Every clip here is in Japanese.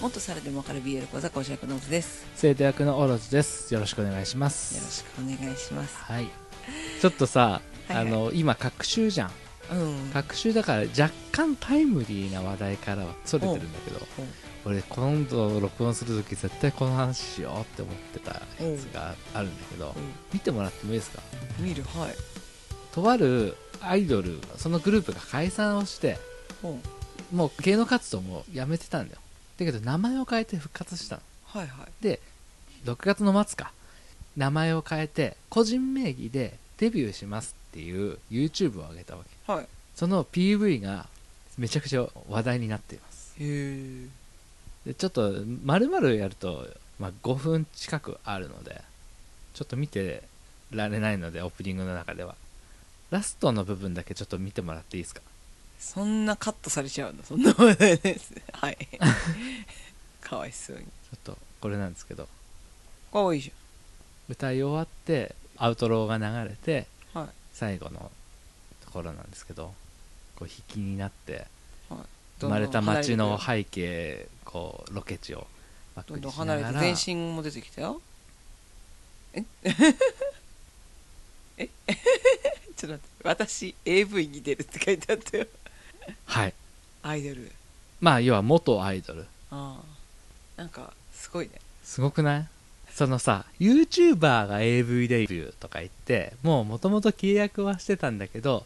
もっとされてもわかる BL 講座講師役のオズです生徒役のオロズですよろしくお願いしますよろしくお願いしますはいちょっとさはいはいあの今隔週じゃんうん隔週だから若干タイムリーな話題からはそれてるんだけどおう俺今度録音する時絶対この話しようって思ってたやつがあるんだけど見てもらってもいいですかうん見るはいとあるアイドルそのグループが解散をしておうもう芸能活動もやめてたんだよだけど名前を変えて復活したのはいはいで6月の末か名前を変えて個人名義でデビューしますっていう YouTube を上げたわけはいその PV がめちゃくちゃ話題になっていますへえでちょっと丸々やると、まあ、5分近くあるのでちょっと見てられないのでオープニングの中ではラストの部分だけちょっと見てもらっていいですかそんなカットされちゃうのそんな話題ですはい かわいそうにちょっとこれなんですけどかわいいじ歌い終わってアウトローが流れてゃんはい最後のところなんですけどこう引きになって生どんまどんれた街の離れて背景こうロケ地をバッどクんどんにしな離れがてら全身も出てきたよえ え ちょっと待って私 AV に出るって書いてあったよはいアイドルまあ要は元アイドルああなんかすごいねすごくないそのさ YouTuber が AV デビューとか言ってもう元々契約はしてたんだけど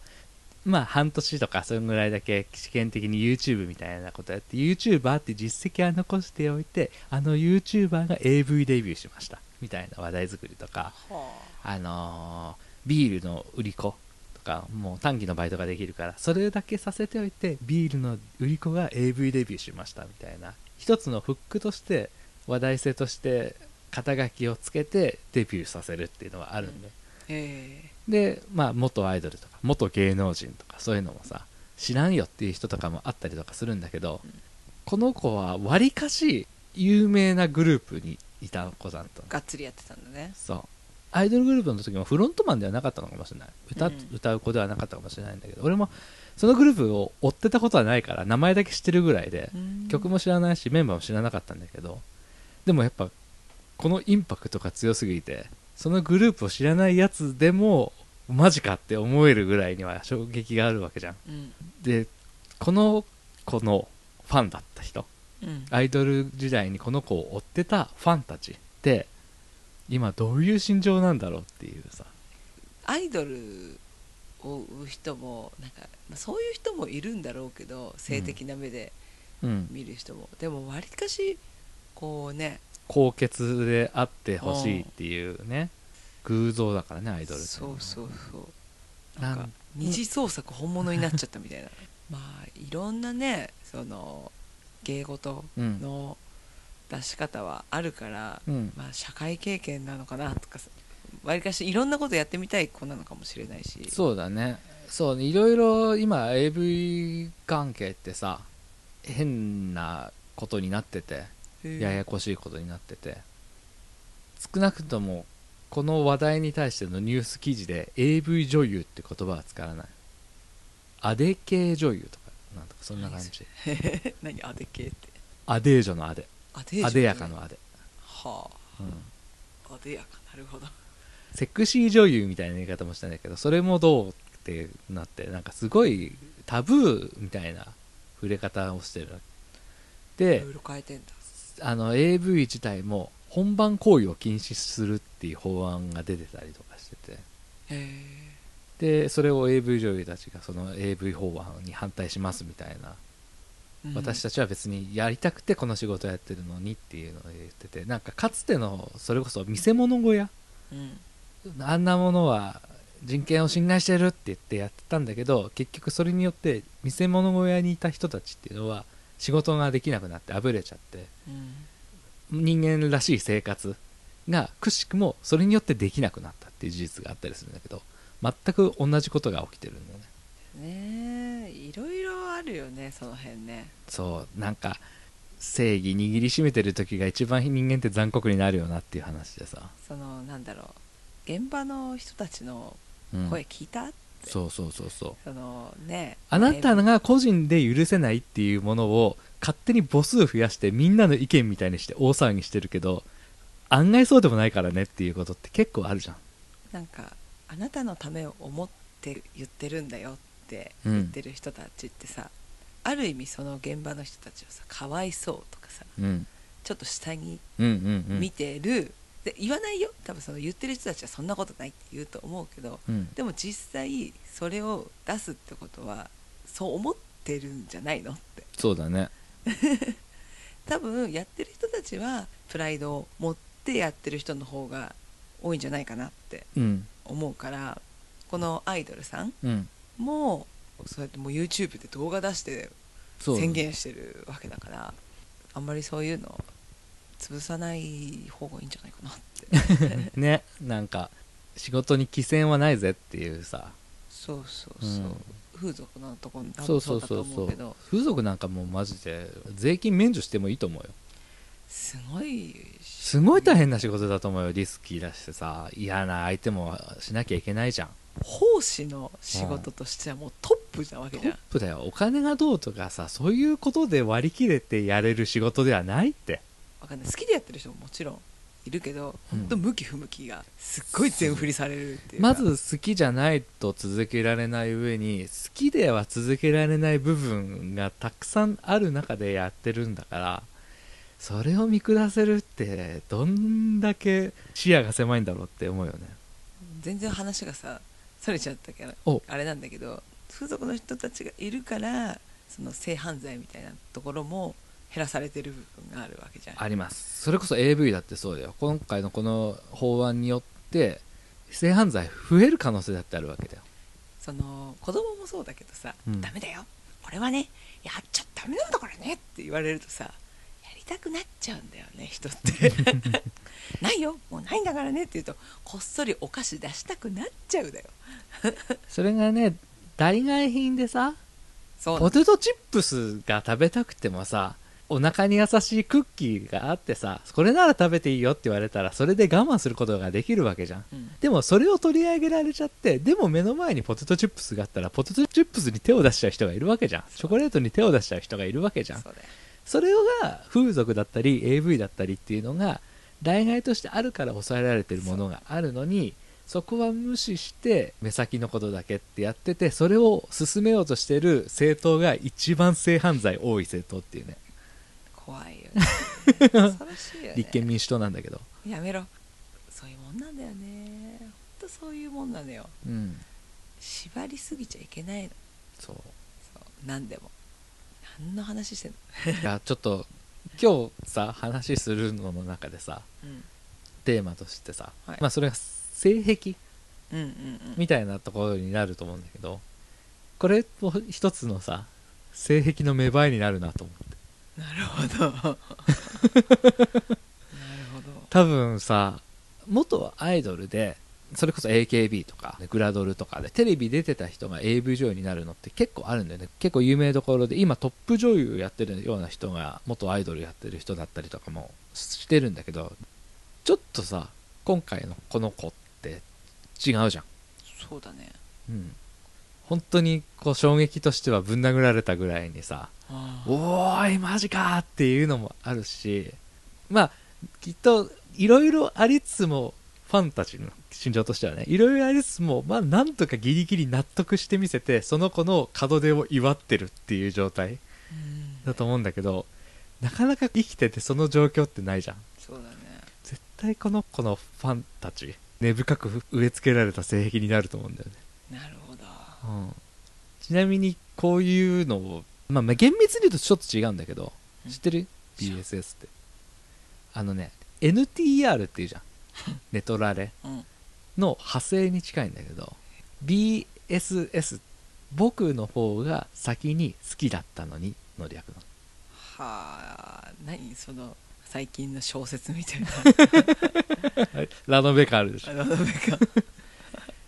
まあ半年とかそんぐらいだけ試験的に YouTube みたいなことやって YouTuber って実績は残しておいてあの YouTuber が AV デビューしましたみたいな話題作りとかはあのービールの売り子とかもう短期のバイトができるからそれだけさせておいてビールの売り子が AV デビューしましたみたいな一つのフックとして話題性として肩書きをつけてデビューさせるっていうのはあるんで、あえでまあ元アイドルとか元芸能人とかそういうのもさ知らんよっていう人とかもあったりとかするんだけど、うんこの子はわりかし有名なグループにいた子だとー、がっつりやってたんだねそうアイドルグループの時もフロントマンではなかったのかもしれない歌,、うん歌う子ではなかったかもしれないんだけど俺もそのグループを追ってたことはないから名前だけ知ってるぐらいで、曲も知らないしメンバーも知らなかったんだけどでもやっぱこのインパクトが強すぎてそのグループを知らないやつでもマジかって思えるぐらいには衝撃があるわけじゃんうんでこの子のファンだった人うんアイドル時代にこの子を追ってたファンたちって今どういう心情なんだろうっていうさアイドルを追う人もなんかまあそういう人もいるんだろうけど性的な目でうん見る人も、でもわりかしこうね高潔であってほしいっていうね偶像だからねアイドルっていうのそはうそうそうななんんか二次創作本物になっちゃったみたいな まあいろんなねその芸事うんの出し方はあるから、うんまあ社会経験なのかなとかさわりかしいろんなことやってみたい子なのかもしれないしう、そうだねそういろいろ今 AV 関係ってさ変なことになっててうんややこしいことになってて少なくともこの話題に対してのニュース記事で AV 女優って言葉は使わないアデ系女優とかなんとかそんな感じ 何アデ系ってアデージョのアデアデージョアデやかのアデ、はうん、あアデやかなるほどセクシー女優みたいな言い方もしたんだけどそれもどうってなってなんかすごいタブーみたいな触れ方をしてるいでろいろ変えてんだあの AV 自体も本番行為を禁止するっていう法案が出てたりとかしててへえでそれを AV 女優たちがその AV 法案に反対しますみたいな、私たちは別にやりたくてこの仕事やってるのにっていうのを言っててなんかかつてのそれこそ見せ物小屋うんあんなものは人権を侵害してるって言ってやってたんだけど結局それによって見せ物小屋にいた人たちっていうのは仕事ができなくなってあぶれちゃってうん人間らしい生活がくしくもそれによってできなくなったっていう事実があったりするんだけど全く同じことが起きてるんだよねねえいろいろあるよねその辺ねそうなんか正義握りしめてる時が一番人間って残酷になるよなっていう話でさ、そのなんだろう現場の人たちのうん声聞いた、そうそうそうそうそのねあなたが個人で許せないっていうものを勝手に母数増やしてみんなの意見みたいにして大騒ぎしてるけど案外そうでもないからねっていうことって結構あるじゃんなんかあなたのためを思って言ってるんだよって言ってる人たちってさ、ある意味その現場の人たちをさかわいそうとかさうんちょっと下にうんうんうん見てる、で言わないよ多分その言ってる人たちはそんなことないって言うと思うけどうんでも実際それを出すってことはそう思ってるんじゃないのってそうだね多分やってる人たちはプライドを持ってやってる人の方が多いんじゃないかなってうん思うからこのアイドルさんうんもそうやってもう YouTube で動画出してそう宣言してるわけだからあんまりそういうの潰さない方がいいんじゃないかな ってねなんか仕事に寄せんはないぜっていうさそうそうそう、うん風俗のとこに多そ分そうそううだとそう思そううけど風俗なんかもうマジで税金免除してもいいと思うよすごいすごい大変な仕事だと思うよリスキーだしてさ嫌な相手もしなきゃいけないじゃん奉仕の仕事としてはもうトップなわけトじゃんップだよお金がどうとかさそういうことで割り切れてやれる仕事ではないってわかんない好きでやってる人ももちろんいるけどうん本当向き不向きがすっごい全振りされるっていうかまず好きじゃないと続けられない上に好きでは続けられない部分がたくさんある中でやってるんだからそれを見下せるってどんだけ視野が狭いんだろうって思うよね全然話がさそれちゃったからおあれなんだけど風俗の人たちがいるからその性犯罪みたいなところも減らされてる部分があるわけじゃんありますそれこそ AV だってそうだよ今回のこの法案によって性犯罪増える可能性だってあるわけだよその子供もそうだけどさ「うんダメだよ俺はねやっちゃダメなんだからね」って言われるとさやりたくなっちゃうんだよね人って ないよもうないんだからねって言うとこっそりお菓子出したくなっちゃうだよそれがね代替品でさそうポテトチップスが食べたくてもさお腹に優しいクッキーがあってさこれなら食べていいよって言われたらそれで我慢することができるわけじゃんうんでもそれを取り上げられちゃってでも目の前にポテトチップスがあったらポテトチップスに手を出しちゃう人がいるわけじゃんチョコレートに手を出しちゃう人がいるわけじゃんそうだよそれが風俗だったり AV だったりっていうのが例外としてあるから抑えられてるものがあるのにそこは無視して目先のことだけってやっててそれを進めようとしてる政党が一番性犯罪多い政党っていうね怖いよ ね恐ろしいよね立憲民主党なんだけど、やめろそういうもんなんだよねほんとそういうもんなのようん、縛りすぎちゃいけないのそうそう何でも何の話してんの、いやちょっと今日さ話するのの中でさうん、テーマとしてさ、はいまあそれが性癖うんうんうんみたいなところになると思うんだけどこれも一つのさ性癖の芽生えになるなと思ってなるほ どなるほど多分さ元アイドルでそれこそ AKB とかグラドルとかでテレビ出てた人が AV 女優になるのって結構あるんだよね結構有名どころで今トップ女優やってるような人が元アイドルやってる人だったりとかもしてるんだけどちょっとさ今回のこの子って違うじゃんそうだねうん、本当にこう衝撃としてはぶん殴られたぐらいにさあ「おーいマジか!」っていうのもあるしまあきっといろいろありつつもファンたちの心情としてはねいろいろありつつもまあなんとかギリギリ納得してみせてその子の門出を祝ってるっていう状う態んだと思うんだけどなかなか生きててその状況ってないじゃんそうだね絶対この子のファンたち根深く植え付けられた性癖になると思うんだよねなるほどちなみにこういうのを、まあ、まあ厳密に言うとちょっと違うんだけどうん知ってる知らん ?BSS ってあのね NTR っ ていうじゃんネトラレうんの派生に近いんだけど BSS 僕の方が先に好きだったのにの略なのはあ何その最近の小説み たいなラノベ感あるでしょあのなんか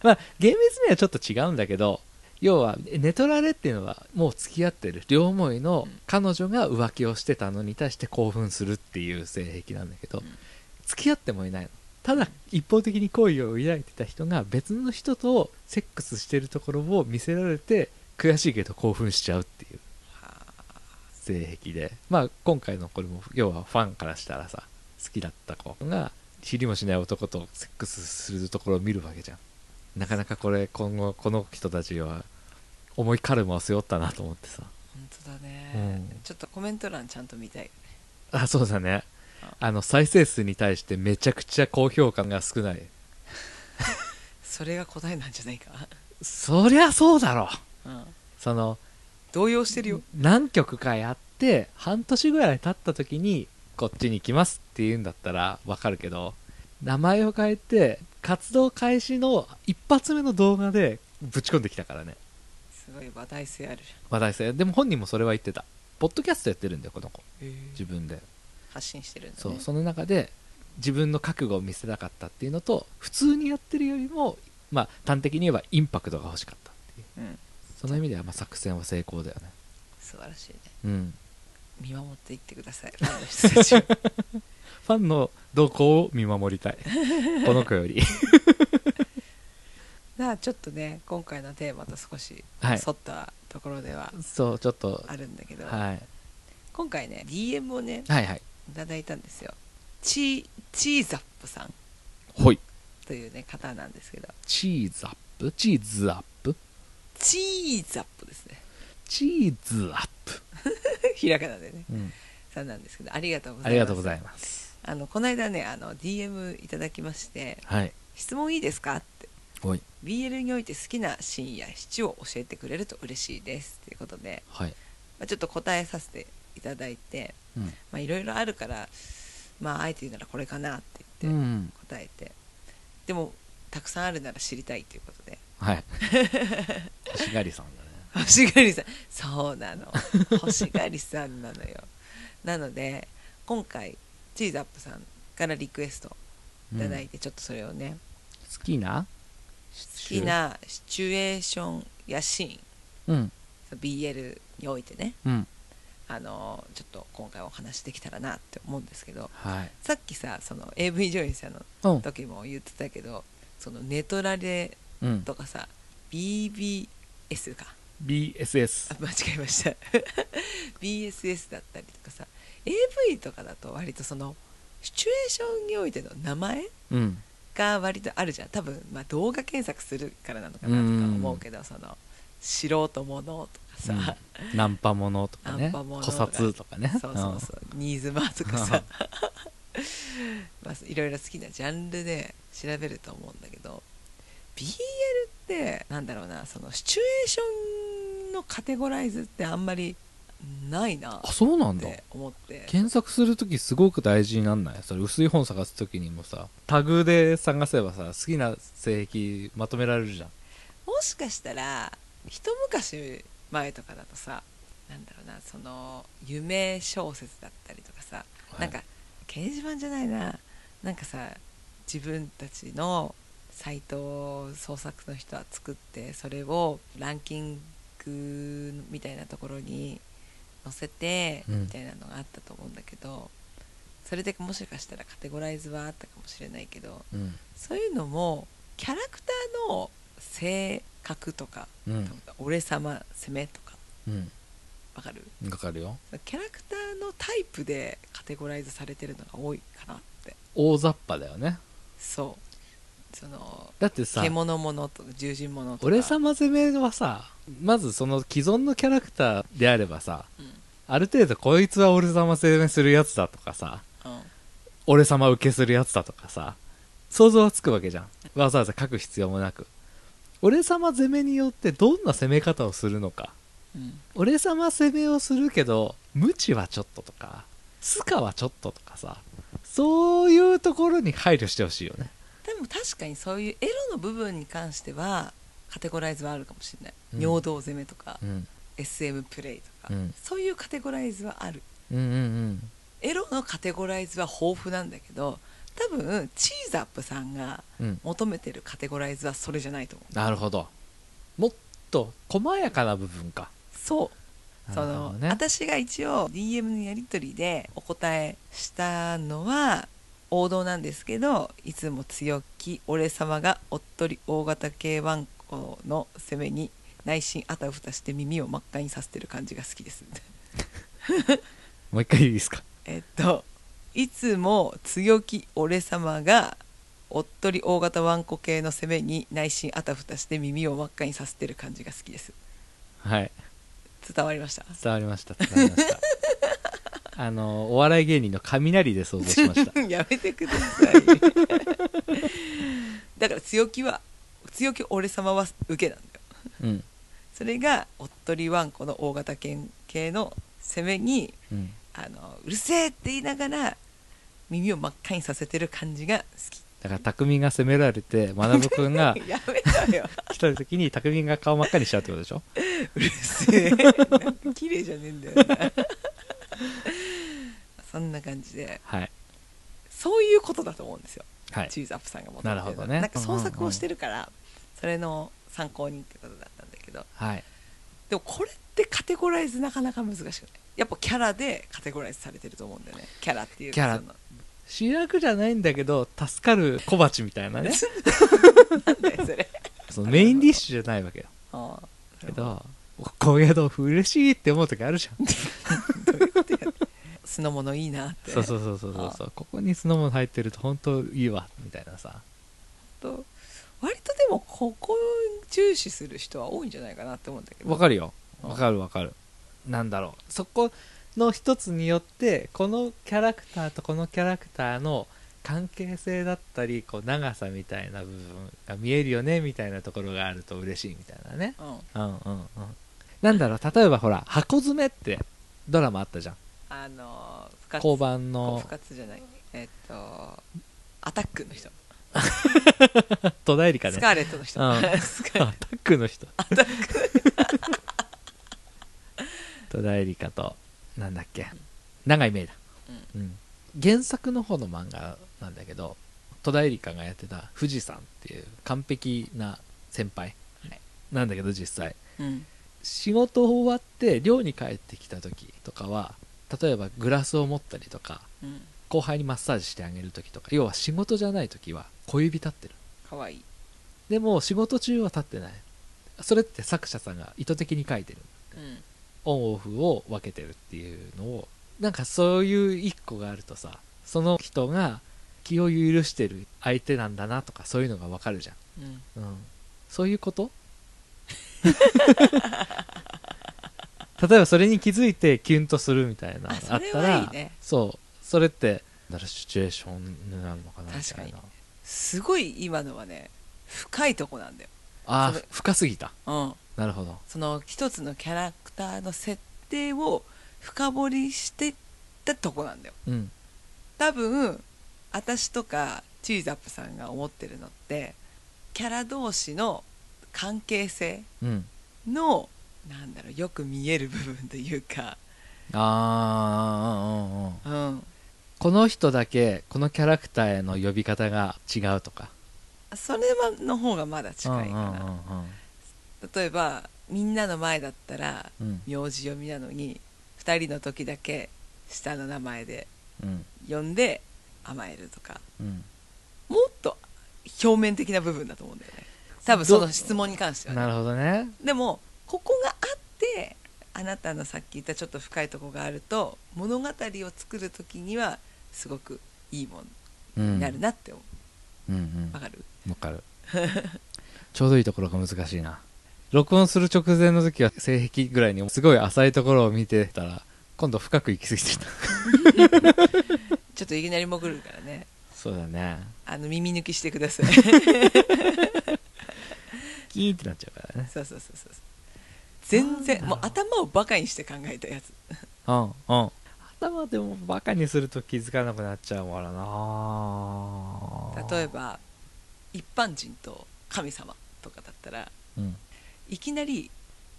まあ厳密にはちょっと違うんだけど要はネトラレっていうのはもう付き合ってる両思いの彼女が浮気をしてたのに対して興奮するっていう性癖なんだけど、うん付き合ってもいないのただ一方的に好意を抱いてた人が別の人とセックスしてるところを見せられて悔しいけど興奮しちゃうっていうはあ性癖で、まあ、今回のこれも要はファンからしたらさ好きだった子が知りもしない男とセックスするところを見るわけじゃんなかなかこれ今後この人たちは重いカルマを背負ったなと思ってさ本当だね、うんちょっとコメント欄ちゃんと見たいあそうだねあの再生数に対してめちゃくちゃ高評価が少ないそれが答えなんじゃないか、そりゃそうだろうん、その動揺してるよ、何曲かやって半年ぐらい経った時にこっちに来ますって言うんだったらわかるけど名前を変えて活動開始の一発目の動画でぶち込んできたからねすごい話題性ある話題性でも本人もそれは言ってたポッドキャストやってるんだよこの子じゃん自分で発信してるんだねそうその中で自分の覚悟を見せたかったっていうのと普通にやってるよりもまあ端的に言えばインパクトが欲しかったっていううん、その意味ではまあ作戦は成功だよね素晴らしいねうん見守っていってくださいファンの人たち をファンの動向を見守りたい この子よりなあちょっとね今回のテーマと少しはい沿ったところではそうちょっと、あるんだけど、はい、今回ね DM をねはいはいいただいたんですよチーチーザップさんほいというね方なんですけどチーズアップチーズアップチーザップですね チーズアップ、ひらがなでねうん、さんなんですけどありがとうございますありがとうございますあのこの間ねあの DM いただきましてはい「質問いいですか?」ってほい BL において好きなシーンやシチューを教えてくれると嬉しいですということで、はい、まあ、ちょっと答えさせていただいてうんまあいろいろあるからまああえて言うならこれかなってう言ってん、答えて、でもたくさんあるなら知りたいということで はい 欲しがりさんだね星狩りさんそうな の星狩りさんなのよなので今回チーズアップさんからリクエストいただいて、ちょっとそれをね好きな好きなシチュエーションやシーンうんその BL においてねうんあのちょっと今回お話できたらなって思うんですけどはいさっきさその AV 女優さんのうん時も言ってたけどそのネトラレうんとかさ BBS か BSS あ間違えました BSS だったりとかさ AV とかだと割とそのシチュエーションにおいての名前うんが割とあるじゃん多分、まあ、動画検索するからなのかなとか思うけど、その素人ものとかさ、うんナンパものとかナねンパもの古刹とかねそうそうそう、ニーズマーとかさ まあいろいろ好きなジャンルで調べると思うんだけど BL ってなんだろうなそのシチュエーションのカテゴライズってあんまりないなっあそうなんだて思って検索するときすごく大事になんないそれ薄い本探すときにもさタグで探せばさ好きな性癖まとめられるじゃんもしかしたら一昔前とかだとさなんだろうなその夢小説だったりとかさ、はいなんか掲示板じゃないななんかさ自分たちのサイトを創作の人は作ってそれをランキングみたいなところに載せてうんみたいなのがあったと思うんだけど、それでもしかしたらカテゴライズはあったかもしれないけどうんそういうのもキャラクターの性格とか、うん俺様攻めとかうわかるんわかるよキャラクターのタイプでカテゴライズされてるのが多いかなって大雑把だよねそうそのだってさ獣ものとか獣人ものとか俺、様攻めはさまずその既存のキャラクターであればさうんある程度こいつは俺様攻めするやつだとかさうん俺様受けするやつだとかさ想像はつくわけじゃんわざわざ書く必要もなく俺様攻めによってどんな攻め方をするのかうん俺様攻めをするけど無知はちょっととかスカはちょっととかさそういうところに配慮してほしいよねでも確かにそういうエロの部分に関してはカテゴライズはあるかもしれない、うん尿道攻めとか、ん SM プレイとか、うんそういうカテゴライズはあるうんうんエロのカテゴライズは豊富なんだけど多分チーズアップさんがうんうん求めてるカテゴライズはそれじゃないと思うなるほどもっと細やかな部分かそうそなるほの、どね私が一応 DM のやり取りでお答えしたのは王道なんですけどいつも強気俺様がおっとり大型系ワンコの攻めに内心あたふたして耳を真っ赤にさせてる感じが好きですもう一回いいですかえっといつも強気俺様がおっとり大型ワンコ系の攻めに内心あたふたして耳を真っ赤にさせてる感じが好きですはい伝わりました 伝わりました伝わりました あのお笑い芸人の雷で想像しましたやめてくださいだから強気は強気俺様は受けなんだよ うんそれがおっとりわんこの大型犬系の攻めにうんあのうるせえって言いながら耳を真っ赤にさせてる感じが好きだから匠が責められて学君 が やめたよ来た時に匠が顔真っ赤にしちゃうってことでしょうるせえなんか 綺麗じゃねえんだよな そんな感じではいそういうことだと思うんですよ、はいチーズアップさんが持ってなるほどねなんか創作をしてるから、それの参考にってことだったんだけどはいでもこれってカテゴライズなかなか難しくないやっぱキャラでカテゴライズされてると思うんだよねキャラっていうキャラその主役じゃないんだけど助かる小鉢みたいな ね なんだよそれそのメインディッシュじゃないわけよああけど高野豆腐嬉しいって思う時あるじゃん酢の物いいなってそうそうそうそうそうそうここに酢の物入ってると本当いいわみたいなさと割とでもここ重視する人は多いんじゃないかなって思うんだけどわかるよわかるわかるなんだろうそこの一つによってこのキャラクターとこのキャラクターの関係性だったりこう長さみたいな部分が見えるよねみたいなところがあると嬉しいみたいなねうんうんうんうんなんだろう例えばほら箱詰めってドラマあったじゃんあのー深津交番この深津じゃないえっとアタックの人戸田恵梨香スねカーレットの人、う スカーレッアタックの人トアタック戸田恵梨香となんだっけ永井芽郁だ、ううん原作の方の漫画なんだけど戸田恵梨香がやってた富士山っていう完璧な先輩はいなんだけど実際うん仕事終わって寮に帰ってきた時とかは例えばグラスを持ったりとかうん後輩にマッサージしてあげる時とか要は仕事じゃない時は小指立ってるかわいいでも仕事中は立ってないそれって作者さんが意図的に書いてるうんオンオフを分けてるっていうのをなんかそういう一個があるとさその人が気を許してる相手なんだなとかそういうのが分かるじゃうんん、うん、そういうこと例えばそれに気づいてキュンとするみたいなああそっれたはいいらねそうそれってなんだろうシチュエーションになるのかなみ確かたにいなすごい今のはね深いとこなんだよあそーれ深すぎたうんなるほどその一つのキャラクターの設定を深掘りしてったとこなんだようん多分私とかチーズアップさんが思ってるのってキャラ同士の関係性うんのなんだろうよく見える部分というか、ああうんうんううんん、この人だけこのキャラクターへの呼び方が違うとかそれはの方がまだ近いかな、例えばみんなの前だったらうんうん名字読みなのに2人の時だけ下の名前でうん呼んで甘えるとかうんもっと表面的な部分だと思うんだよね多分その質問に関してうはんねなるほどねでもここがあってあなたのさっき言ったちょっと深いとこがあると物語を作る時にはすごくいいもうのんになるなって思うんうんうわかるわかる ちょうどいいところが難しいな録音する直前の時は性癖ぐらいにすごい浅いところを見てたら今度深く行き過ぎてた ちょっといきなり潜るからねそうだねあの耳抜きしてくださいキーンってなっちゃうからねそうそうそうそう全然なんだもうろう頭をバカにして考えたやつうんうん頭でもバカにすると気づかなくなっちゃうからな例えば一般人と神様とかだったらうんいきなり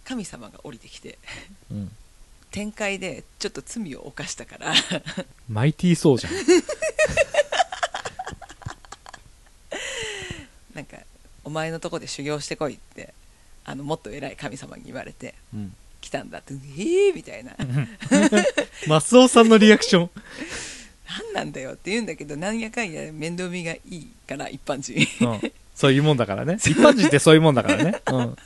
神様が降りてきてうん展開でちょっと罪を犯したから マイティーソーじゃんなんかお前のとこで修行してこいってあのもっと偉い神様に言われてうん来たんだって「ええー!」みたいな「マスオさんのリアクション。何なんだよ」って言うんだけどなんやかんや面倒見がいいから一般人うん、そういうもんだからね。 一般人ってそういうもんだからね。うん。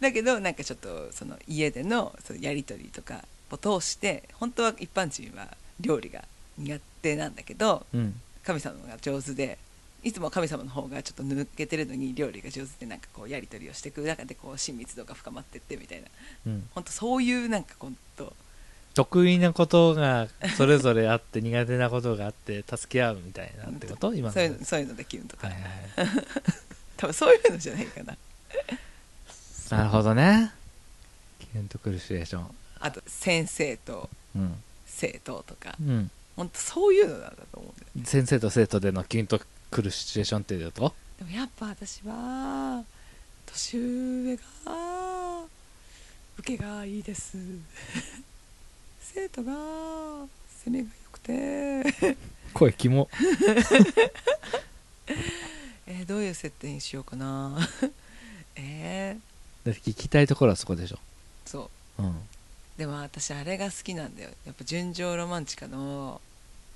だけどなんかちょっとその家でのそのやり取りとかを通して本当は一般人は料理が苦手なんだけどうん神様が上手でいつも神様の方がちょっと抜けてるのに料理が上手でなんかこうやり取りをしていく中でこう親密度が深まってってみたいなうん本当そういうなんか本当得意なことがそれぞれあって苦手なことがあって助け合うみたいなってこと今のそういうのそういうのできるとか、はいはい多分そういうのじゃないかななるほどねキュンとくるシチュエーションあと先生とうん、生徒とかうん、本当そういうのなんだと思うんだよ先生と生徒でのキュンとくるシチュエーションっていうとでもやっぱ私は年上が受けがいいです 生徒が攻めが良くて 声キモえーどういう設定にしようかな えーだって聞きたいところはそこでしょそううんでも私あれが好きなんだよやっぱ純情ロマンチカの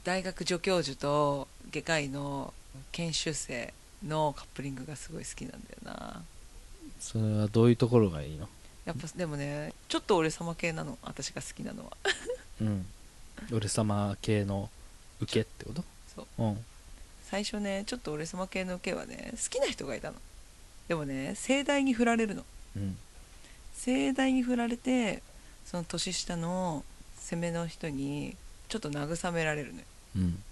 大学助教授と外科医の研修生のカップリングがすごい好きなんだよなそれはどういうところがいいのやっぱでもねちょっと俺様系なの私が好きなのはうん俺様系の受けってことそううん最初ねちょっと俺様系の受けはね好きな人がいたのでもね盛大に振られるのうん盛大に振られてその年下の攻めの人にちょっと慰められるのようん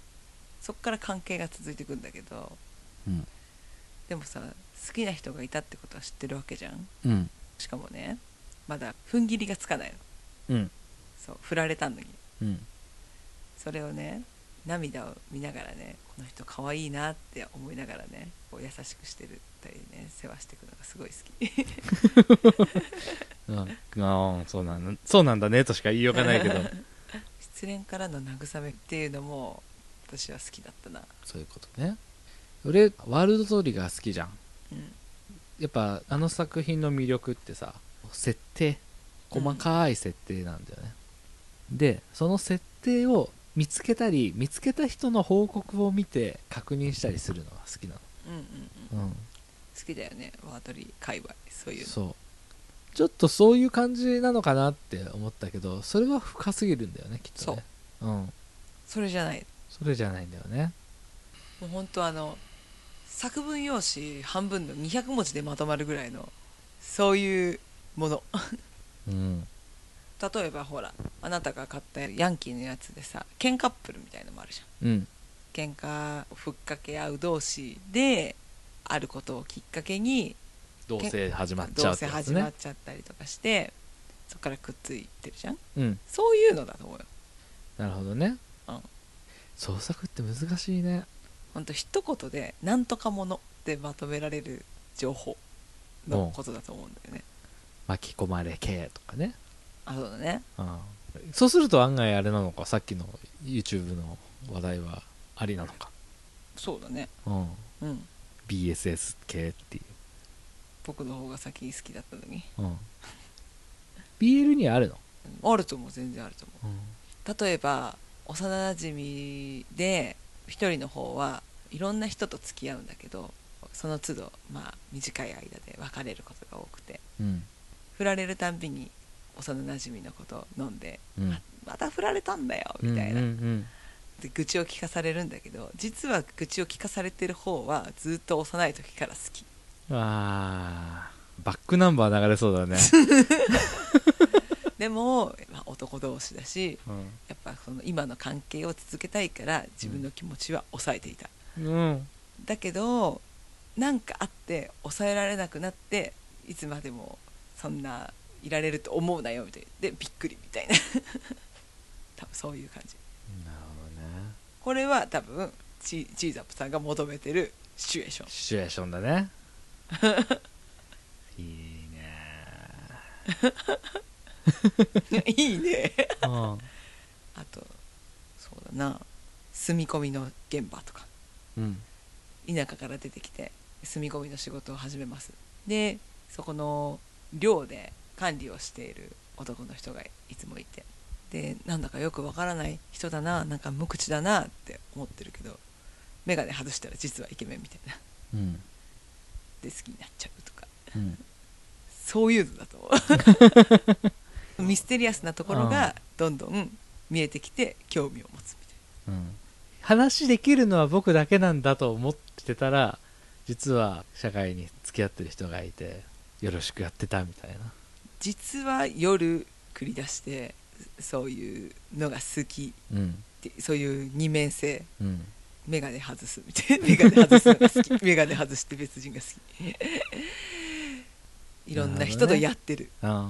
そっから関係が続いていくんだけどうんでもさ好きな人がいたってことは知ってるわけじゃんうんしかもねまだ踏ん切りがつかないのうんそう振られたのにうんそれをね涙を見ながらねこの人可愛いなって思いながらねこう優しくしてるたりね世話していくのがすごい好きああそうなんだそうなんだねとしか言いようがないけど失恋からの慰めっていうのも私は好きだったなそういうことね俺ワールドトリガー好きじゃんうんやっぱあの作品の魅力ってさ設定細かい設定なんだよね、でその設定を見つけたり見つけた人の報告を見て確認したりするのが好きなうんうんうんの、うん、好きだよねワードリー界隈そういうのそうちょっとそういう感じなのかなって思ったけどそれは深すぎるんだよねきっとねうんそれじゃないそれじゃないんだよねもう本当あの作文用紙半分の200文字でまとまるぐらいのそういうものうん例えばほらあなたが買ったヤンキーのやつでさケンカップルみたいのもあるじゃんうん喧嘩をふっかけ合う同士であることをきっかけにどうせ始まっちゃどううってせやつ始まっねちゃったりとかしてそこからくっついてるじゃんうんそういうのだと思うよなるほどね、うん創作って難しいねほんと一言で「なんとかもの」でまとめられる情報のことだと思うんだよね巻き込まれ系とかねあそうだねうんそうすると案外あれなのかさっきの YouTube の話題はありなのか、そうだねうん、うん BSS 系ってい僕の方が先に好きだったのにう、うん、BL にはあるの、あると思う全然あると思うんう例えば幼なじみで一人の方はいろんな人と付き合うんだけどその都度まあ短い間で別れることが多くてうん振られるたんびに幼なじみのこと飲んで、うんあまた振られたんだよみたいな、うんうんで愚痴を聞かされるんだけど実は愚痴を聞かされてる方はずっと幼い時から好きうんあーバックナンバー流れそうだね、でも、まあ、男同士だし うんやっぱその今の関係を続けたいから自分の気持ちは抑えていた、うん、だけどなんかあって抑えられなくなっていつまでもそんないられると思うなよみたいなでびっくりみたいな 多分そういう感じなるほどねこれは多分チチーザップさんが求めてるシチュエーションシチュエーションだ ねいいねいいねうんあとそうだな住み込みの現場とかうん田舎から出てきて住み込みの仕事を始めますでそこの寮で管理をしている男の人がいつもいてでなんだかよくわからない人だななんか無口だなって思ってるけど眼鏡外したら実はイケメンみたいなうんで好きになっちゃうとかうんそういうのだと思うミステリアスなところがどんどん見えてきて興味を持つみたいうん話できるのは僕だけなんだと思ってたら実は社会に付き合ってる人がいてよろしくやってたみたいなな実は夜繰り出してそういうのが好きうんってそういう二面性うんメガネ外すみたいなメガネ外すのが好 きメガネ外して別人が好 きいろんな人とやってるあ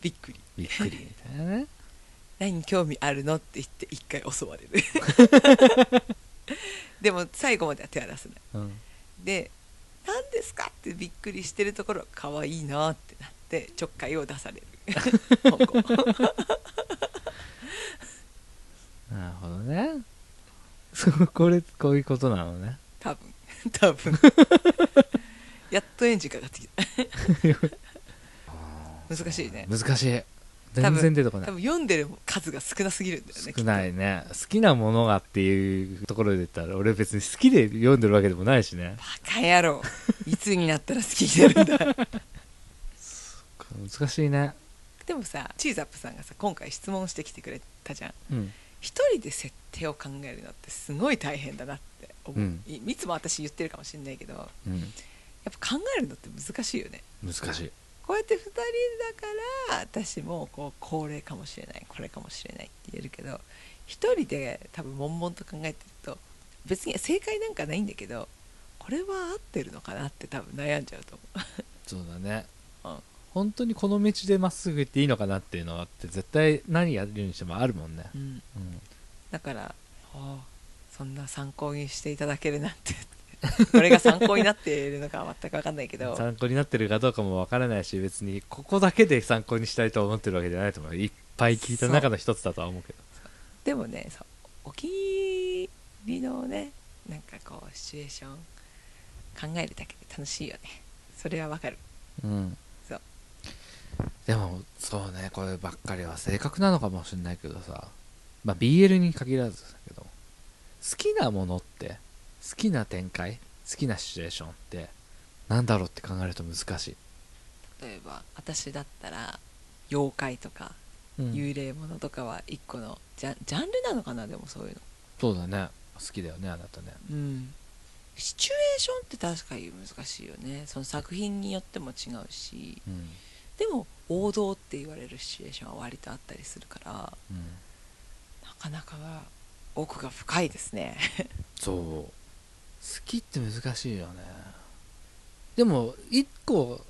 びっくりびっくりみたいなね何に興味あるのって言って一回襲わ れるでも最後までは手は出せないうんで何ですかってびっくりしてるところ可愛いなってなってちょっかいを出さ れる香港なるほどね そうこれこういうことなのね多分 多分やっとエンジンかかって きた難しいね難しい多全分然出てこない多分読んでる数が少なすぎるんだよね少ないね好きなものがっていうところで言ったら俺別に好きで読んでるわけでもないしねきっとバカ野郎いつになったら好きになるん だ難しいねでもさチーザップさんがさ今回質問してきてくれたじゃんうん一人で設定を考えるのってすごい大変だなって思う、うんいいつも私言ってるかもしれないけどやっうんぱ考えるのって難しいよね難しいこうやって2人だから私もこうこれかもしれないこれかもしれないって言えるけど一人で多分悶々と考えてると別に正解なんかないんだけどこれは合ってるのかなって多分悩んじゃうとそうだね思う、本当にこの道でまっすぐ行っていいのかなっていうのはあって絶対何やるにしてもあるもんね、うんうん、だからああそんな参考にしていただけるなんてこれが参考になっているのかは全く分かんないけ ど参考になってるかどうかもわからないし別にここだけで参考にしたいと思ってるわけじゃないと思ういっぱい聞いた中の一つだとは思うけどでもねそうお気に入りのねなんかこうシチュエーション考えるだけで楽しいよねそれはわかるうんそうでもそうねこればっかりは性格なのかもしれないけどさまあ BL に限らずだけど好きなものって好きな展開好きなシチュエーションってなんだろうって考えると難しい、例えば私だったら妖怪とか幽霊ものとかは一個のジャンジャンルなのかなでもそういうのそうだね好きだよねあなたねうんシチュエーションって確かに難しいよねその作品によっても違うしうん、でも王道って言われるシチュエーションは割とあったりするからうん、なかなか奥が深いですねそう好きって難しいよねでも一個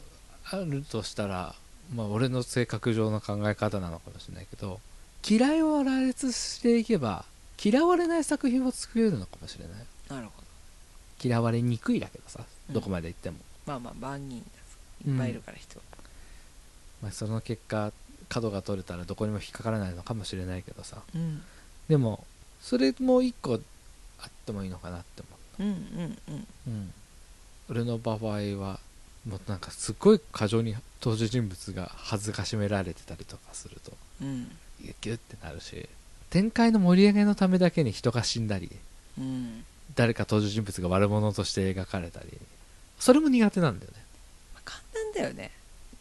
あるとしたらまあ俺の性格上の考え方なのかもしれないけど嫌いを羅列していけば嫌われない作品を作れるのかもしれない なるほど嫌われにくいだけどさうんどこまで行っても、まあまあ万人だいっぱいいるから人は、まあ、その結果角が取れたらどこにも引っかからないのかもしれないけどさうんでもそれも一個あってもいいのかなって思ううん、うんうんうん、俺の場合はもうなんかすごい過剰に登場人物が恥ずかしめられてたりとかするとうんギュッギュッてなるし展開の盛り上げのためだけに人が死んだりうん誰か登場人物が悪者として描かれたりそれも苦手なんだよねまあ簡単だよね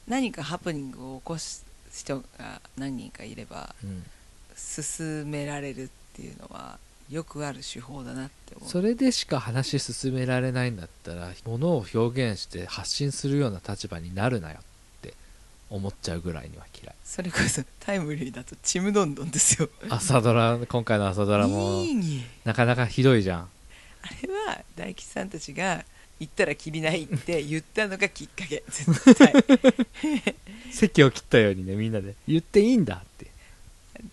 何かハプニングを起こす人が何人かいればうん、進められるっていうのはよくある手法だなって思うそれでしか話進められないんだったら物を表現して発信するような立場になるなよって思っちゃうぐらいには嫌いそれこそ タイムリーだとちむどんどんですよ朝ドラ今回の朝ドラもいいになかなかひどいじゃんあれは大吉さんたちが行ったらきりないって言ったのがきっか け絶対席を切ったようにねみんなで言っていいんだって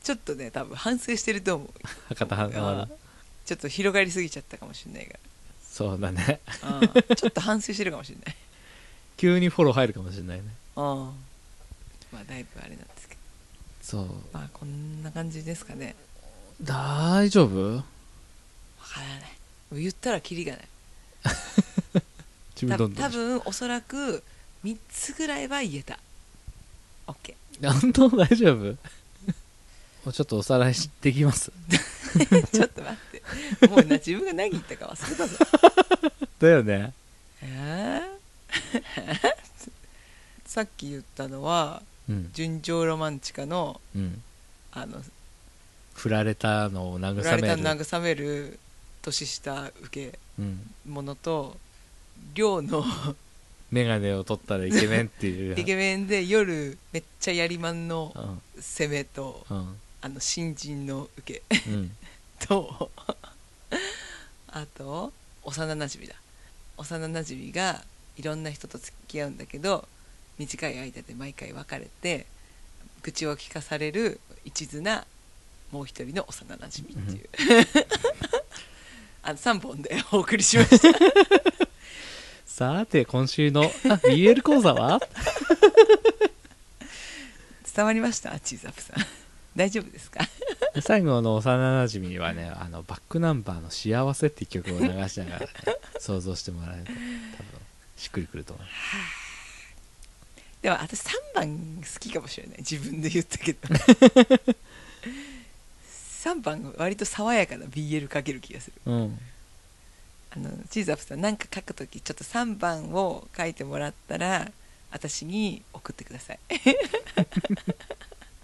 ちょっとね多分反省してると思う博多華丸ちょっと広がりすぎちゃったかもしれないそうだねが、うんちょっと反省してるかもし れない急にフォロー入るかもしれないねうんまあだいぶあれなんですけどそうまあこんな感じですかね大丈夫わからないもう言ったらきりがないたちむどんどん多分おそらく3つぐらいは言えた OK 本当大丈夫もう ちょっとおさらいしてきます ちょっと待ってもうな自分が何言ったか忘れたぞだよね えーさっき言ったのはうん純情ロマンチカのうんあの振られたのを振ら慰れためのる慰める年下受けうん、物と寮の眼鏡を取ったらイケメンってい うイケメンで夜めっちゃやりまんのうん攻めとうんあの新人の受け うんとあと幼なじみだ幼なじみがいろんな人と付き合うんだけど短い間で毎回別れて愚痴を聞かされる一途なもう一人の幼なじみっていう、 あの3本でお送りしましたさて今週のあ BL 講座は伝わりましたチーズアップさん大丈夫ですか最後の幼なじみはねあのバックナンバーの「幸せ」っていう曲を流しながら、ね、想像してもらえると多分しっくりくると思うでは私3番好きかもしれない自分で言ったけど3番が割と爽やかな BL かける気がするうんあのチーズアップさんなんか書くときちょっと3番を書いてもらったら私に送ってください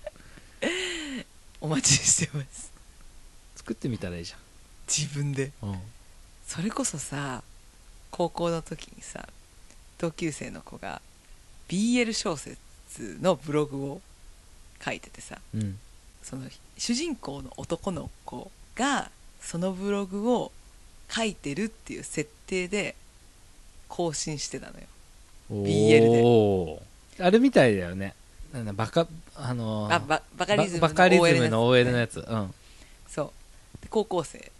お待ちしてます作ってみたらいいじゃ自分でん、うん、それこそさ高校の時にさ同級生の子が BL 小説のブログを書いててさうんその主人公の男の子がそのブログを書いてるっていう設定で更新してたのよ BL でおーあれみたいだよねなんだバカあのーあババカリズムのババカリズ OL ムの OL のやつうんそうで高校生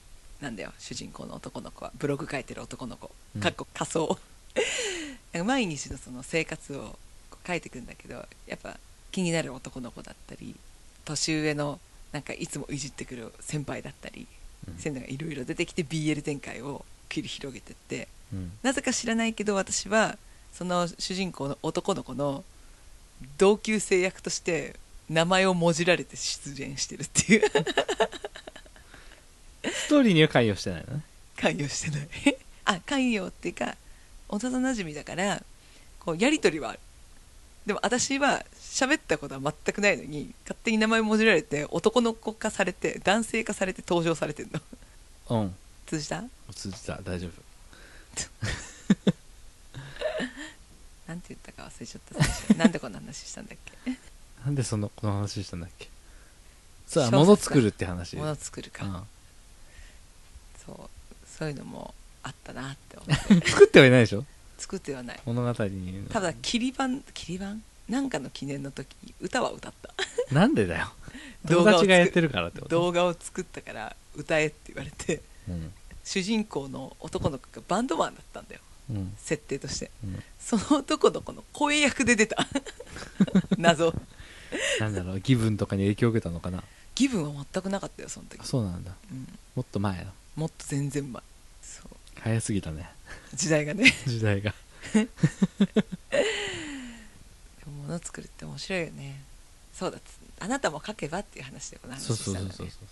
なんだよ主人公の男の子はブログ書いてる男の子うんかっこ仮想 なんか毎日のその生活をこう書いてくんだけどやっぱ気になる男の子だったり年上のなんかいつもいじってくる先輩だったり、うんそういうのがいろいろ出てきて BL 展開を切り広げてってうんなぜか知らないけど私はその主人公の男の子の同級生役として名前をもじられて出演してるっていうストーリーには関与してないのね関与してない あ関与っていうか幼なじみだからこうやり取りはあるでも私は喋ったことは全くないのに勝手に名前もじられて男の子化されて男性化されて登場されてんの うん通じた通じた大丈夫なんて言ったか忘れちゃった最初なんでこんな話したんだっ けなんでそのこの話したんだっけ小さあ説だ物作るって話物作るか、うんそうそういうのもあったなって思って 作ってはいないでしょ作ってはない物語にただ切り板切り板なんかの記念の時に歌は歌 ったなんでだよ動友画を作る達がやってるからってこと動画を作ったから歌えって言われてうん主人公の男の子がバンドマンだったんだようん設定としてうんその男の子の声役で出た 謎なんだろう気分とかに影響を受けたのかな気分は全くなかったよその時あ、そうなんだうん、もっと前だもっと全然前そう早すぎたね 時代がね時代がでも物作るって面白いよねそうだつあなたも書けばっていう話でこの話そうしたそんうだそねうそう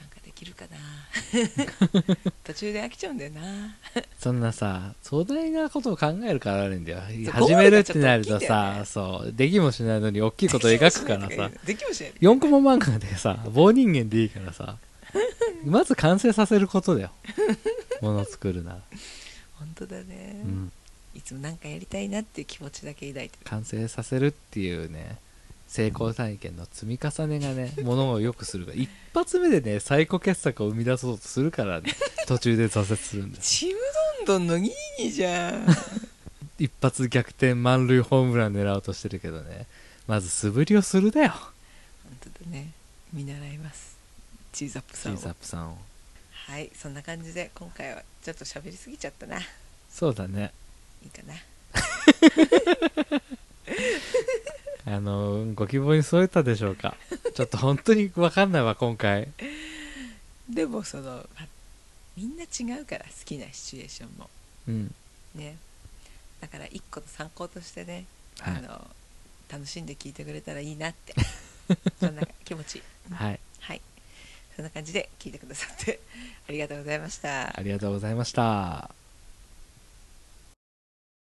なんかできるかな 途中で飽きちゃうんだよなそんなさ壮大なことを考えるからあるんだよそう始めるってなるとゴールがさそうできもしないのに大きいことをできも描しくな かいらとかさ言うできもしないとか4コマ漫画でさ棒人間でいいから さまず完成させることだよもの作るなら、本当だね、うん、いつもなんかやりたいなっていう気持ちだけ抱いてる完成させるっていうね成功体験の積み重ねがねものを良くするから一発目でね最高傑作を生み出そうとするから、 ね、途中で挫折するんだよちむどんどんのニーニーじゃん一発逆転満塁ホームラン狙おうとしてるけどねまず素振りをするだよ本当だね見習いますチーズアップチさんをーズアップさんをはいそんな感じで今回はちょっと喋りすぎちゃったないそうだねいかなあのご希望に添えたでしょうか ちょっと本当に分かんないわ今回でもそのあみんな違うから好きなシチュエーションもうんねだから一個の参考としてね、はあい、の楽しんで聞いてくれたらいいなって そんな気持ちはい、はいそんな感じで聞いてくださってありがとうございましたありがとうございました